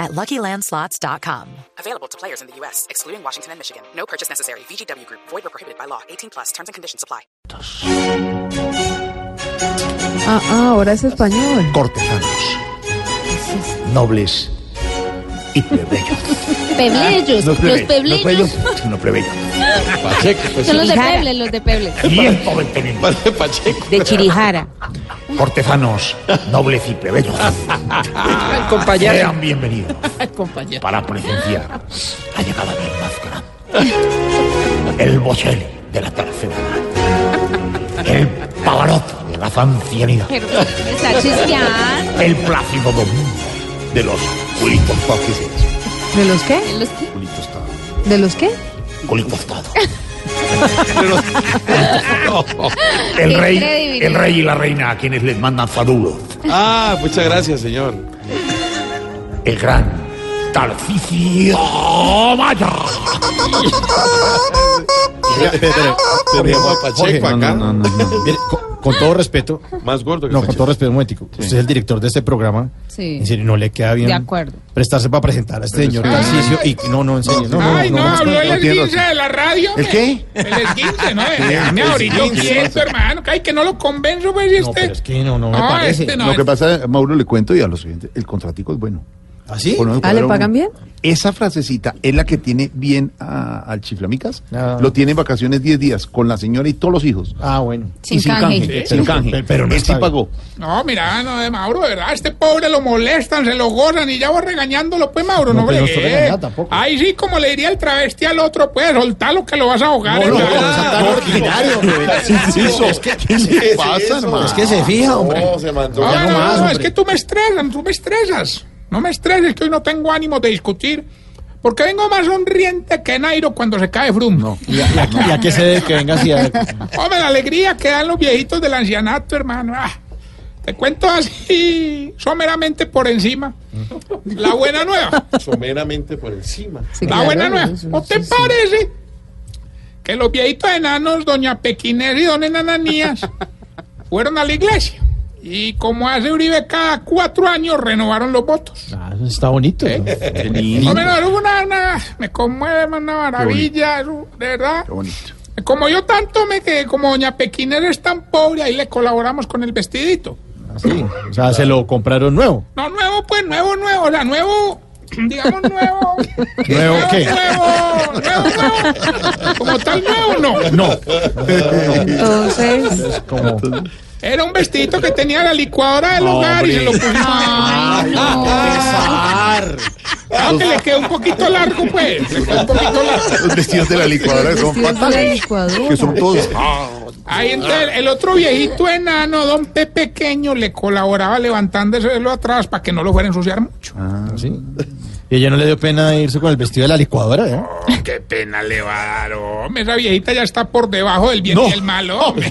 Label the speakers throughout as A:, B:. A: at luckylandslots.com.
B: Available to players in the U.S., excluding Washington and Michigan. No purchase necessary. VGW Group, void or prohibited by law. 18 plus terms and conditions apply.
C: Ah, ah, ahora es español.
D: cortesanos, nobles y plebeyos.
E: Pebleyos,
D: No
E: los
D: los
E: pebleyos
D: plebeyos, no plebeyos.
F: Pacheco, pues
E: son los de Peble, los de Peble.
D: Tiempo del teniente.
F: de Pacheco.
G: de Chirijara.
D: Cortesanos, nobles y plebeyos,
G: El compañero.
D: sean bienvenidos
G: El compañero.
D: para presenciar la llegada del más grande, el Bocelli de la tercera edad, el Pavarotti de la ancianidad,
E: Pero está chisqueando.
D: el Plácido Domingo de los culitos toquises,
C: ¿De los qué?
E: Los
D: culitos toquises,
C: ¿De los qué?
D: culitos todos. El
E: Qué
D: rey,
E: credibilidad.
D: el rey y la reina a quienes les mandan fadulos.
F: Ah, muchas gracias, señor.
D: El gran Tarcisio Maya.
F: Tenemos a Pacheco
H: Jorge,
F: acá.
H: no, no, no, no. Mire, con, con todo respeto,
F: Más gordo que
H: no, con
F: Pacheco.
H: todo respeto, un momentico. Usted es el director de este programa.
C: Sí.
H: En serio, no le queda bien.
G: De acuerdo.
H: Prestarse para presentar a este señor Tarcisio y no, no, en serio. No, no,
I: Ay, no,
H: no,
I: habló el
H: entiendo.
I: esguince de la radio.
D: ¿El
I: me-
D: qué?
I: El esguince, ¿no? Me
D: el
I: ahorilló
D: esguince.
I: quieto, hermano. Ay, que no lo convenzo, pues, y
H: No, pero
I: este.
H: es que no, no me
I: No,
H: parece.
I: este no.
D: Lo que pasa, Mauro, le cuento y a los siguiente, el contratico es bueno.
H: ¿Así?
D: O no me
C: Ah, ¿le
D: cuadra
C: pagan
D: uno.
C: bien?
D: Esa frasecita es la que tiene bien a- al chiflamicas.
H: Ah.
D: Lo tiene en vacaciones 10 días con la señora y todos los hijos.
H: Ah, bueno.
E: Sin
D: y sin
E: canje.
D: canje. sin
H: Sí, pero-
D: canje.
H: pero- pero no
D: Él sí
H: está bien.
D: pagó.
I: No, mira, no, de Mauro, de verdad. Este pobre lo molestan, se lo gozan y ya vos regañándolo, pues, Mauro,
H: No,
I: no,
H: pues, no
I: bregues.
H: estoy regañando tampoco.
I: Ay, sí, como le diría el travesti al otro, pues, soltalo que lo vas a ahogar.
H: No, no,
I: hermano.
H: pero está tan ordinario.
D: Inciso. ¿Qué le pasa, hermano?
H: Es que se fija, hombre.
F: No, se mandó.
I: Ah, No,
H: Ya
I: no,
H: no más,
I: no, es
H: hombre.
I: que tú me estresas, tú me estresas. No me estreses, que hoy no tengo ánimo de discutir. Porque vengo más sonriente que Nairo cuando se cae Frum.
H: ¿Y a, y a- y a qué se debe que venga así a ver?
I: Hombre, la alegría que dan los viejitos del ancianato, hermano. Ah, te cuento así, someramente por encima. La buena nueva.
F: Someramente por encima.
C: Sí,
I: La
C: claro,
I: buena nueva.
C: eso,
I: ¿No te
C: sí, sí.
I: parece que los viejitos enanos, doña Pequinés y don Enananías, fueron a la iglesia? Y como hace Uribe cada cuatro años, renovaron los votos.
H: Ah, eso está bonito. ¿no?
I: No, pero es una, una- me conmueve, es una maravilla, es un- de verdad.
D: Qué bonito.
I: Como yo tanto me que como doña Pequinera es tan pobre, ahí le colaboramos con el vestidito.
H: Así. Ah, O sea, se lo compraron nuevo.
I: No, nuevo, pues, nuevo, nuevo, o sea, nuevo, digamos nuevo.
H: ¿Nuevo qué?
I: Nuevo, nuevo, nuevo. Como tal nuevo, no.
H: No.
C: Entonces,
H: Como.
I: Era un vestidito que tenía la licuadora del hogar y se lo pusimos.
E: Ay, no.
I: Claro que le quedó un poquito largo, pues. Le quedó un poquito largo.
D: Los vestidos de la licuadora
C: vestidos
D: son
C: de la
D: fantásticos. Que
C: licuadora.
D: son todos.
I: Ahí entonces el, el otro viejito enano, don Pepe Pequeño, le colaboraba levantándose lo atrás para que no lo fuera a ensuciar mucho.
H: Sí. Y ella no le dio pena irse con el vestido de la licuadora, ¿eh?
I: Qué pena le va a dar, hombre. Esa viejita ya está por debajo del bien y el malo. Hombre,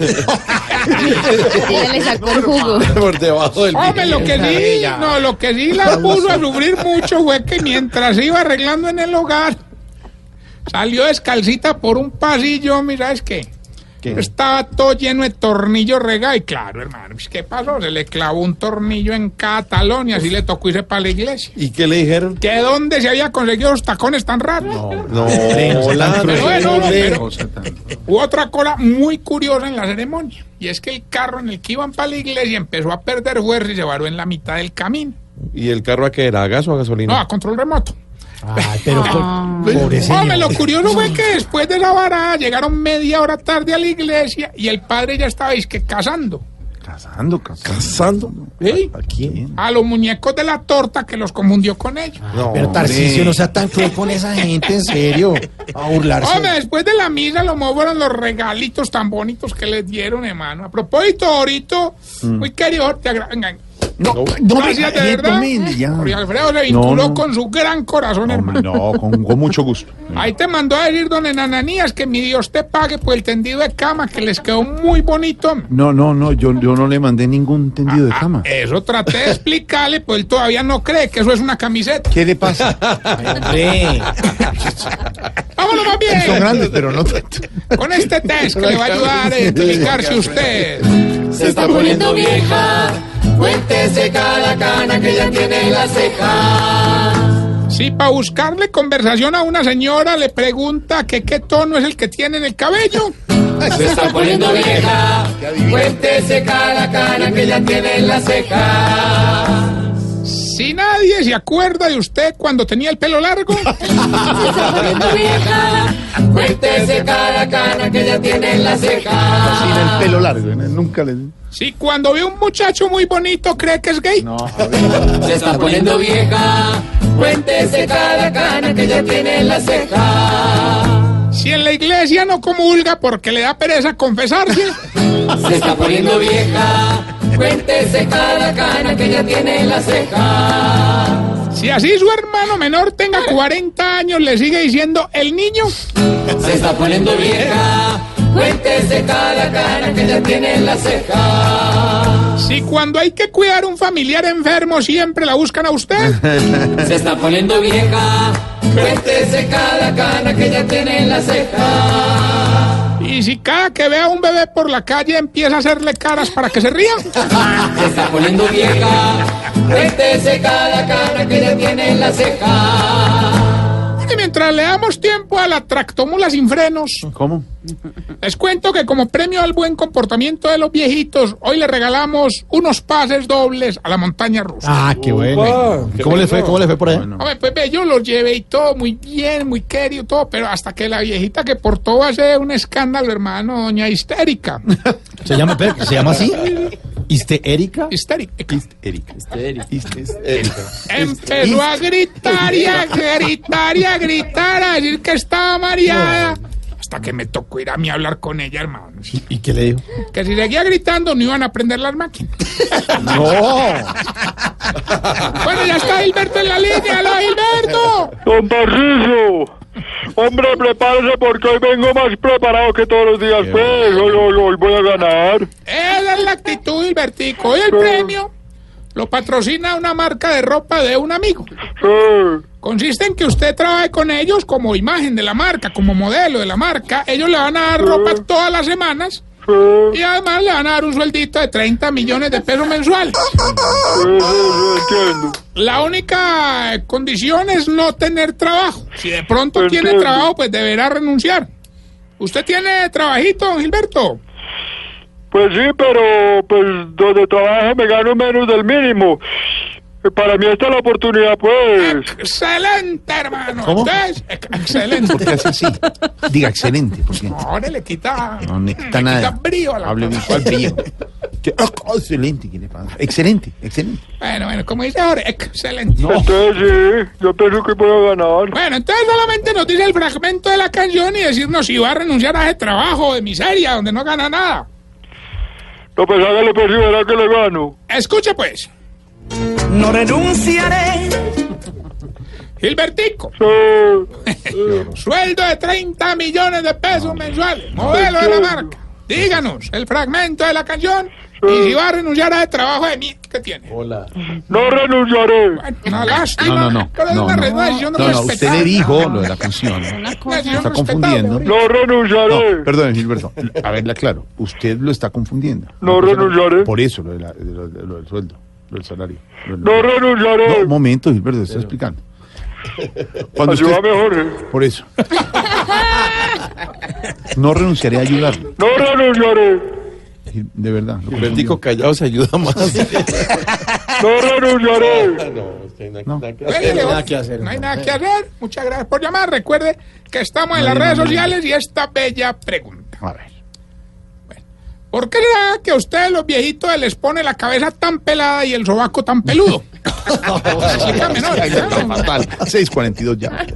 E: Ella le sacó el jugo.
F: Por debajo del
H: Ah,
I: Hombre, lo que sí, no, lo que sí la puso a sufrir mucho fue que mientras iba arreglando en el hogar, salió descalcita por un pasillo, mira, ¿sabes qué? Estaba todo lleno de tornillos regados. Y claro, hermano, pues, ¿qué pasó? Se le clavó un tornillo en Cataluña, así le tocó irse para la iglesia.
F: ¿Y qué le dijeron?
I: ¿Que dónde se había conseguido los tacones tan raros?
F: No, hola,
I: Pero bueno,
F: no,
I: pero-
F: no.
I: Hubo otra cosa muy curiosa en la ceremonia, y es que el carro en el que iban para la iglesia empezó a perder fuerza y se varó en la mitad del camino.
F: ¿Y el carro a qué era? ¿A gas o a
I: No, a
F: gasolina?
I: control remoto.
H: Ay, pero por- pobre
I: Hombre,
H: señor.
I: lo curioso fue que después de la varada llegaron media hora tarde a la iglesia y el padre ya estaba es que casando
D: Casando, casando.
F: ¿Casando?
I: ¿sí?
F: ¿A quién?
I: a los muñecos de la torta que los confundió con ellos.
F: No,
H: Pero Tarcicio, no sea tan cruel con esa gente, en serio. A
I: Hombre,
H: burlarse.
I: después de la misa lo fueron los
F: Mm.
I: regalitos tan bonitos que les dieron, hermano. A propósito, ahorita, muy querido, te agra- venga,
F: No, no,
I: Gracias, Ah, de verdad. Jorge Alfredo se vinculó
F: no.
I: con su gran corazón, hermano.
F: No, con, con mucho gusto.
I: Ahí te mandó a decir, don Enananías, que mi Dios te pague por el tendido de cama, que les quedó muy bonito.
F: No, no, no, yo, yo no le mandé ningún tendido
I: Ah,
F: de cama.
I: Eso traté de explicarle, pues él todavía no cree que eso es una camiseta.
F: ¿Qué le pasa?
I: ¡Vámonos más bien!
F: Son grandes, pero no tanto.
I: Con este test que le va a ayudar a identificarse usted.
E: Se está poniendo vieja. Cuéntese cada cana que ya tiene en la ceja.
I: Si para buscarle conversación a una señora le pregunta que qué tono es el que tiene en el cabello.
E: Se está poniendo vieja. Cuéntese cada cana que ya tiene en la ceja.
I: Si nadie se acuerda de usted cuando tenía el pelo largo.
E: Vieja. Cuéntese cada cana que ya tiene en la
I: Ah.
E: ceja.
F: Tiene el pelo largo, ¿no? nunca le.
I: Si cuando ve un muchacho muy bonito cree que es gay.
E: Se está poniendo vieja. Cuéntese cada cana que ya tiene en la ceja.
I: Si en la iglesia no comulga porque le da pereza confesarse.
E: Se está poniendo vieja. Cuéntese cada cana que ya tiene en la ceja.
I: Si así su hermano menor tenga 40 años le sigue diciendo el niño.
E: Se está poniendo vieja. Cuéntese cada cana que ya tiene en la ceja.
I: Si cuando hay que cuidar a un familiar enfermo siempre la buscan a usted.
E: Se está poniendo vieja. Cuéntese cada cana que ya tiene en la ceja.
I: Y si cada que vea a un bebé por la calle empieza a hacerle caras para que se ría.
E: Se está poniendo vieja. Cuéntese cada cana que ya tiene en la ceja.
I: Y mientras le damos tiempo a la tractomula sin frenos,
F: ¿Cómo?
I: les cuento que como premio al buen comportamiento de los viejitos, hoy le regalamos unos pases dobles a la montaña rusa.
H: Ah, qué bueno. ¿Cómo le fue? ¿Cómo le fue por allá?
I: Hombre, pues ve, yo los llevé y todo muy bien, muy querido, todo, pero hasta que la viejita que portó va a ser un escándalo, hermano, doña histérica.
H: Se llama, espera, se llama así. ¿Iste Erika?
I: Histérica.
F: Erika.
I: Empezó a gritar y a gritar y a gritar, a decir que estaba mareada. Hasta que me tocó ir a mí a hablar con ella, hermano.
H: ¿Y qué le dijo?
I: Que si seguía gritando no iban a prender las máquinas.
H: No.
I: Bueno, ya está Gilberto en la línea, ¡aló Gilberto!
J: Don Tarciso, hombre, prepárese porque hoy vengo más preparado que todos los días. Pues, hoy, hoy- hoy voy a ganar.
I: Esa es la actitud, Gilbertico. Hoy el premio lo patrocina una marca de ropa de un amigo.
J: Sí.
I: Consiste en que usted trabaje con ellos como imagen de la marca, como modelo de la marca. Ellos le van a dar ropa todas las semanas y además le van a dar un sueldito de 30 millones de pesos mensuales.
J: Sí, sí, sí, entiendo.
I: La única eh, condición es no tener trabajo. Si de pronto tiene
J: Entiendo.
I: trabajo, pues deberá renunciar. ¿Usted tiene trabajito, don Gilberto?
J: Pues sí, pero pues donde trabajo me gano menos del mínimo. Y Para mí esta es la oportunidad, pues.
I: Excelente, hermano.
F: ¿Cómo?
I: Usted es ex- excelente.
F: ¿Por qué hace así? Diga, excelente, porque no
I: Ahora le quita,
F: necesita
I: le quita
F: nada.
I: brío a la
F: Hable bien,
I: cosa.
F: ¿cuál brillo? Que- ah, ah, Excelente, ¿qué le pasa? Excelente, excelente.
I: Bueno, bueno, como dice ahora, excelente.
J: Entonces sí, yo pienso que voy a ganar.
I: Bueno, entonces solamente nos dice el fragmento de la canción y decirnos si va a renunciar a ese trabajo de miseria donde no gana nada.
J: No, pues hágale, pues sí, verá que le gano.
I: Escuche pues,
E: No renunciaré.
I: Gilbertico,
J: Sí.
I: sueldo de 30 millones de pesos mensuales, modelo de la marca. Díganos el fragmento de la canción y si va a renunciar a ese trabajo de mierda que tiene.
J: No renunciaré.
I: Bueno, Una lástima,
F: No, no, no,
I: pero es
F: no,
I: una
F: no.
I: renuncia,
F: No, no, usted le
I: respetable.
F: dijo lo de la canción. Está
I: Una acción respetable.
F: confundiendo.
J: No renunciaré.
F: No, perdón, Gilberto. A ver, le aclaro. Usted lo está confundiendo.
J: No renunciaré.
F: Por eso lo, de la- de lo- de lo del sueldo, lo del salario. Lo-
J: No
F: lo- No,
J: renunciaré.
F: un momento, Gilberto, está explicando. Cuando usted-
J: Ayúdame, Jorge.
F: Por eso. No renunciaré a ayudarle.
J: No renunciaré.
F: Gil- De verdad. lo
K: Vertico callado se ayuda más.
J: No renunciaré.
I: Cuélguele, No hay nada que hacer. Muchas gracias por llamar. Recuerde que estamos en las redes sociales y esta bella pregunta.
F: confundí. A ver.
I: ¿Por qué será que a ustedes los viejitos les pone la cabeza tan pelada y el sobaco tan peludo? Explícame, ¿no?
F: Fatal. 6.42 ya.